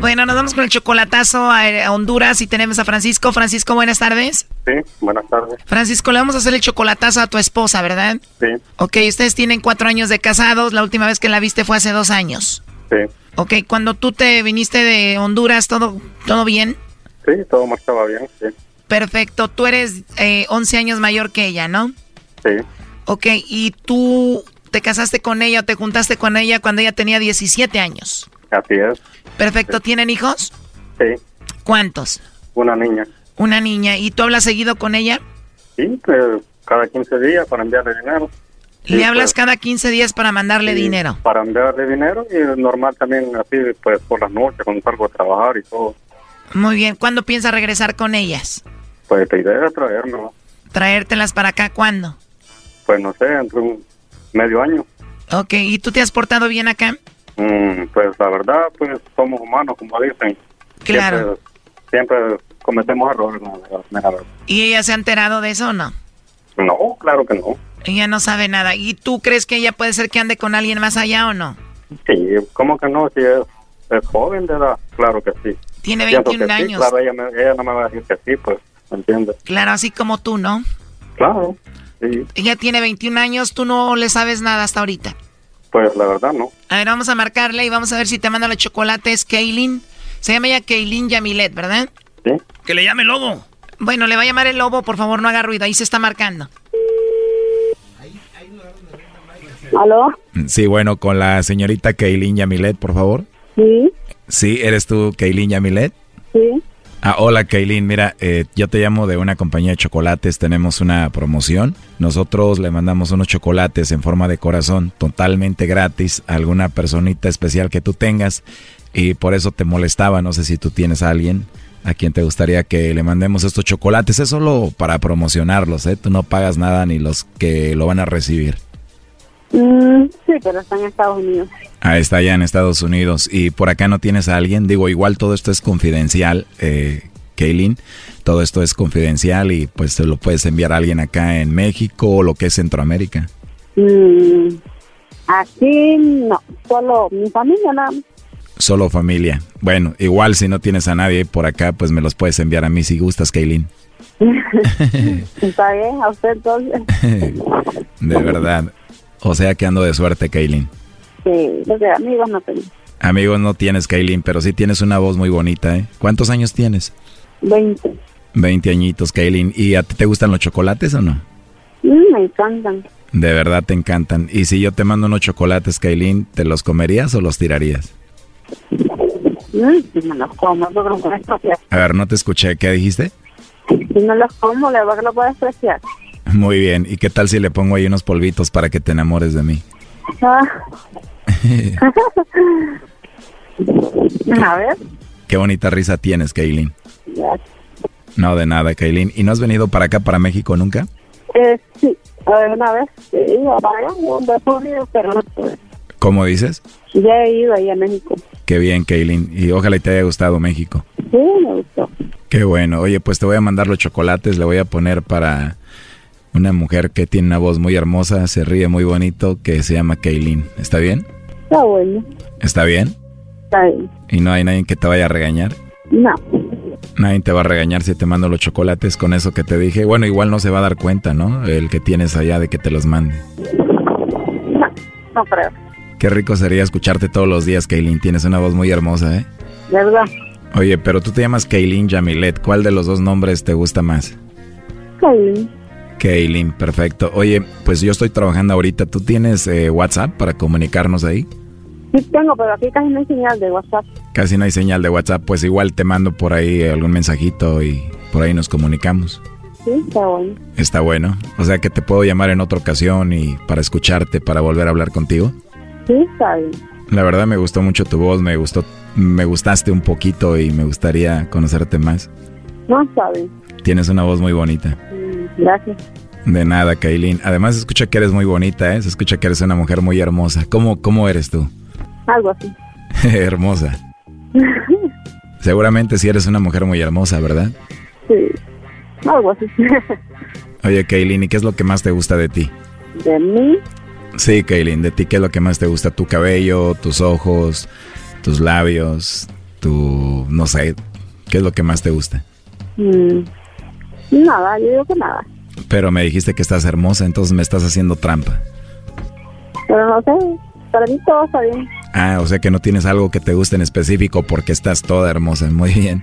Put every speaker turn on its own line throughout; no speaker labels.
Bueno, nos vamos con el chocolatazo a, a Honduras y tenemos a Francisco. Francisco, buenas tardes.
Sí, buenas tardes.
Francisco, le vamos a hacer el chocolatazo a tu esposa, ¿verdad?
Sí,
Ok, ustedes tienen cuatro años de casados. La última vez que la viste fue hace dos años.
sí,
Ok, cuando tú te viniste de Honduras, ¿todo, todo bien?
sí, todo marchaba bien, sí,
Perfecto. Tú eres eh, 11 años mayor que ella, ¿no?
sí,
Ok, y tú te casaste con ella o te juntaste con ella cuando ella tenía 17 años.
así es,
Perfecto. ¿Tienen hijos?
sí,
¿Cuántos?
una niña.
Una niña. ¿Y tú hablas seguido con ella?
Sí, eh, cada 15 días para enviarle dinero. Sí,
Le hablas
pues,
cada 15 días para mandarle
sí,
dinero.
Para enviarle dinero y normal también así, pues por las noches, cuando salgo a trabajar y todo.
Muy bien. ¿Cuándo piensas regresar con ellas?
Pues la idea era traernos,
¿Traértelas para acá cuándo?
pues no sé, entre un medio año.
Ok, ¿y tú te has portado bien acá?
Mm, pues la verdad, pues somos humanos, como dicen.
Claro.
Siempre, siempre cometemos errores, la verdad, la verdad.
¿Y ella se ha enterado de eso o no?
No, claro que no.
Ella no sabe nada. ¿Y tú crees que ella puede ser que ande con alguien más allá o no?
Sí, ¿cómo que no? Si es, es joven de edad, claro que sí.
Tiene
Siento que
21
sí,
años.
claro, ella, me- ella no me va a decir que sí, pues, ¿me entiendes?
Claro, así como tú, ¿no?
Claro, sí,
Ella tiene 21 años, tú no le sabes nada hasta ahorita.
pues la verdad no.
A ver, vamos a marcarle y vamos a ver si te manda los chocolates, Kaylin. Se llama ella Kaylin Yamilet, ¿verdad?
Sí,
Que le llame lobo.
Bueno, le va a llamar el lobo, por favor, no haga ruido, ahí se está marcando.
¿Aló?
Sí, bueno, con la señorita Kaylin Yamilet, por favor.
Sí,
Sí, ¿eres tú Kaylin Yamilet?
sí.
Ah, hola Kaylin, mira, eh, yo te llamo de una compañía de chocolates, tenemos una promoción. Nosotros le mandamos unos chocolates en forma de corazón totalmente gratis a alguna personita especial que tú tengas y por eso te molestaba, no sé si tú tienes a alguien a quien te gustaría que le mandemos estos chocolates, es solo para promocionarlos, ¿eh? tú no pagas nada ni los que lo van a recibir.
Mm, sí, pero está en Estados Unidos.
Ah, está allá en Estados Unidos. Y por acá no tienes a alguien. Digo, igual todo esto es confidencial, eh, Kaylin. Todo esto es confidencial y pues te lo puedes enviar a alguien acá en México o lo que es Centroamérica.
Mm, aquí no, solo mi familia nada más.
Solo familia. Bueno, igual si no tienes a nadie por acá, pues me los puedes enviar a mí si gustas, Kaylin.
Está bien, a usted entonces.
De verdad. O sea que ando de suerte, Kaylin.
Sí, este, los de amigos no tengo.
Amigos, no tienes, Kaylin, pero sí tienes una voz muy bonita, ¿eh? ¿Cuántos años tienes?
20.
Veinte añitos, Kaylin. ¿Y a ti te gustan los chocolates o no?
Mm, me encantan.
De verdad te encantan. Y si yo te mando unos chocolates, Kailin, ¿te los comerías o los tirarías?
Mm, si no los como, lo voy a despreciar.
A ver, no te escuché. ¿Qué dijiste?
Si no los como, le voy a lo voy a despreciar.
Muy bien. ¿Y qué tal si le pongo ahí unos polvitos para que te enamores de mí?
Ah. a ver.
Qué bonita risa tienes, Kailin.
ya.
No, de nada, Kailin. ¿Y no has venido para acá, para México, nunca?
Eh, sí, a ver, una vez sí, iba para allá, un descubrido, pero no pude.
¿Cómo dices?
Ya he ido ahí a México.
Qué bien, Kaylin. Y ojalá y te haya gustado México.
Sí, me gustó.
Qué bueno. Oye, pues te voy a mandar los chocolates. Le voy a poner para una mujer que tiene una voz muy hermosa, se ríe muy bonito, que se llama Kaylin. ¿Está bien?
Está bueno.
¿Está bien?
Está bien.
¿Y no hay nadie que te vaya a regañar?
No.
Nadie te va a regañar si te mando los chocolates con eso que te dije. Bueno, igual no se va a dar cuenta, ¿no? El que tienes allá de que te los mande.
No, no creo.
Qué rico sería escucharte todos los días, Kaylin. Tienes una voz muy hermosa, ¿eh?
De verdad.
Oye, pero tú te llamas Kaylin Jamilet. ¿Cuál de los dos nombres te gusta más?
Está bien.
Kaylin, perfecto. Oye, pues yo estoy trabajando ahorita. ¿Tú tienes eh, WhatsApp para comunicarnos ahí?
Sí tengo, pero aquí casi no hay señal de WhatsApp.
Casi no hay señal de WhatsApp, pues igual te mando por ahí algún mensajito y por ahí nos comunicamos.
Sí, está bueno.
Está bueno. O sea que te puedo llamar en otra ocasión y para escucharte, para volver a hablar contigo.
Sí, está bien.
La verdad me gustó mucho tu voz, me gustó, me gustaste un poquito y me gustaría conocerte más.
No, está bien.
Tienes una voz muy bonita.
Mm, Gracias.
De nada, Kaylin. Además se escucha que eres muy bonita, ¿eh? Se escucha que eres una mujer muy hermosa. ¿Cómo, cómo eres tú?
Algo así.
hermosa. Seguramente sí eres una mujer muy hermosa, ¿verdad?
Sí. Algo así.
Oye, Kaylin, ¿y qué es lo que más te gusta de ti?
de mí,
Sí, Kaylin, ¿de ti qué es lo que más te gusta? ¿Tu cabello, tus ojos, tus labios, tu... no sé, qué es lo que más te gusta?
mm, nada, yo digo que nada.
Pero me dijiste que estás hermosa, entonces me estás haciendo trampa.
Pero no sé, para mí todo está bien.
Ah, o sea que no tienes algo que te guste en específico porque estás toda hermosa. Muy bien.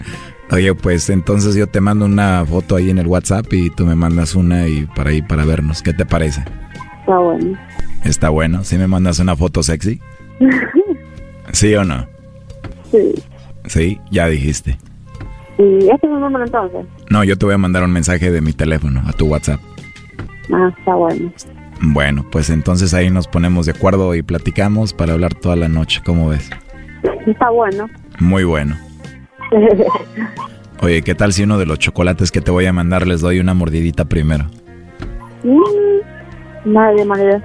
Oye, pues entonces yo te mando una foto ahí en el WhatsApp y tú me mandas una y para ahí para vernos. ¿Qué te parece?
Está bueno.
Está bueno. ¿Sí me mandas una foto sexy? ¿Sí o no?
Sí.
Sí, ya dijiste.
¿Y este es mi número entonces?
No, yo te voy a mandar un mensaje de mi teléfono a tu WhatsApp.
Ah, está bueno.
Bueno, pues entonces ahí nos ponemos de acuerdo y platicamos para hablar toda la noche. ¿Cómo ves?
Está bueno.
Muy bueno. Oye, ¿qué tal si uno de los chocolates que te voy a mandar les doy una mordidita primero?
Mm, Nada de manera.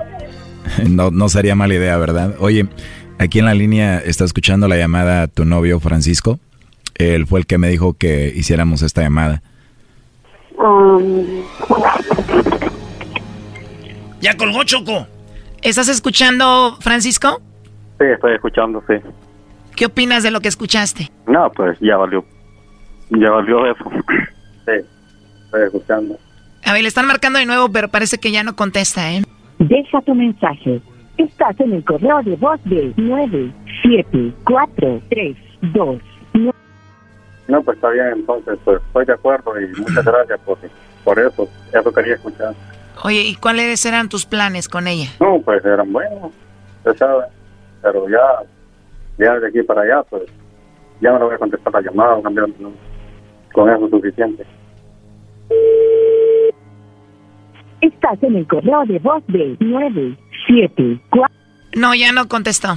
No, no sería mala idea, ¿verdad? Oye, aquí en la línea está escuchando la llamada a tu novio Francisco. Él fue el que me dijo que hiciéramos esta llamada.
Um,
Ya colgó Choco. ¿Estás escuchando, Francisco?
Sí, estoy escuchando, sí.
¿Qué opinas de lo que escuchaste?
No, pues ya valió. Ya valió eso. Sí, estoy escuchando.
A ver, le están marcando de nuevo, pero parece que ya no contesta, ¿eh?
Deja tu mensaje. Estás en el correo de voz de 97432.
No, pues está bien, entonces, pues estoy de acuerdo y muchas gracias por, por eso. Eso quería escuchar.
Oye, ¿y cuáles eran tus planes con ella?
No, pues eran buenos, usted sabe. Pero ya, ya de aquí para allá, pues ya no le voy a contestar la llamada, cambiar de número. Con eso es suficiente.
Estás en el correo de voz de 974.
No, ya no contestó.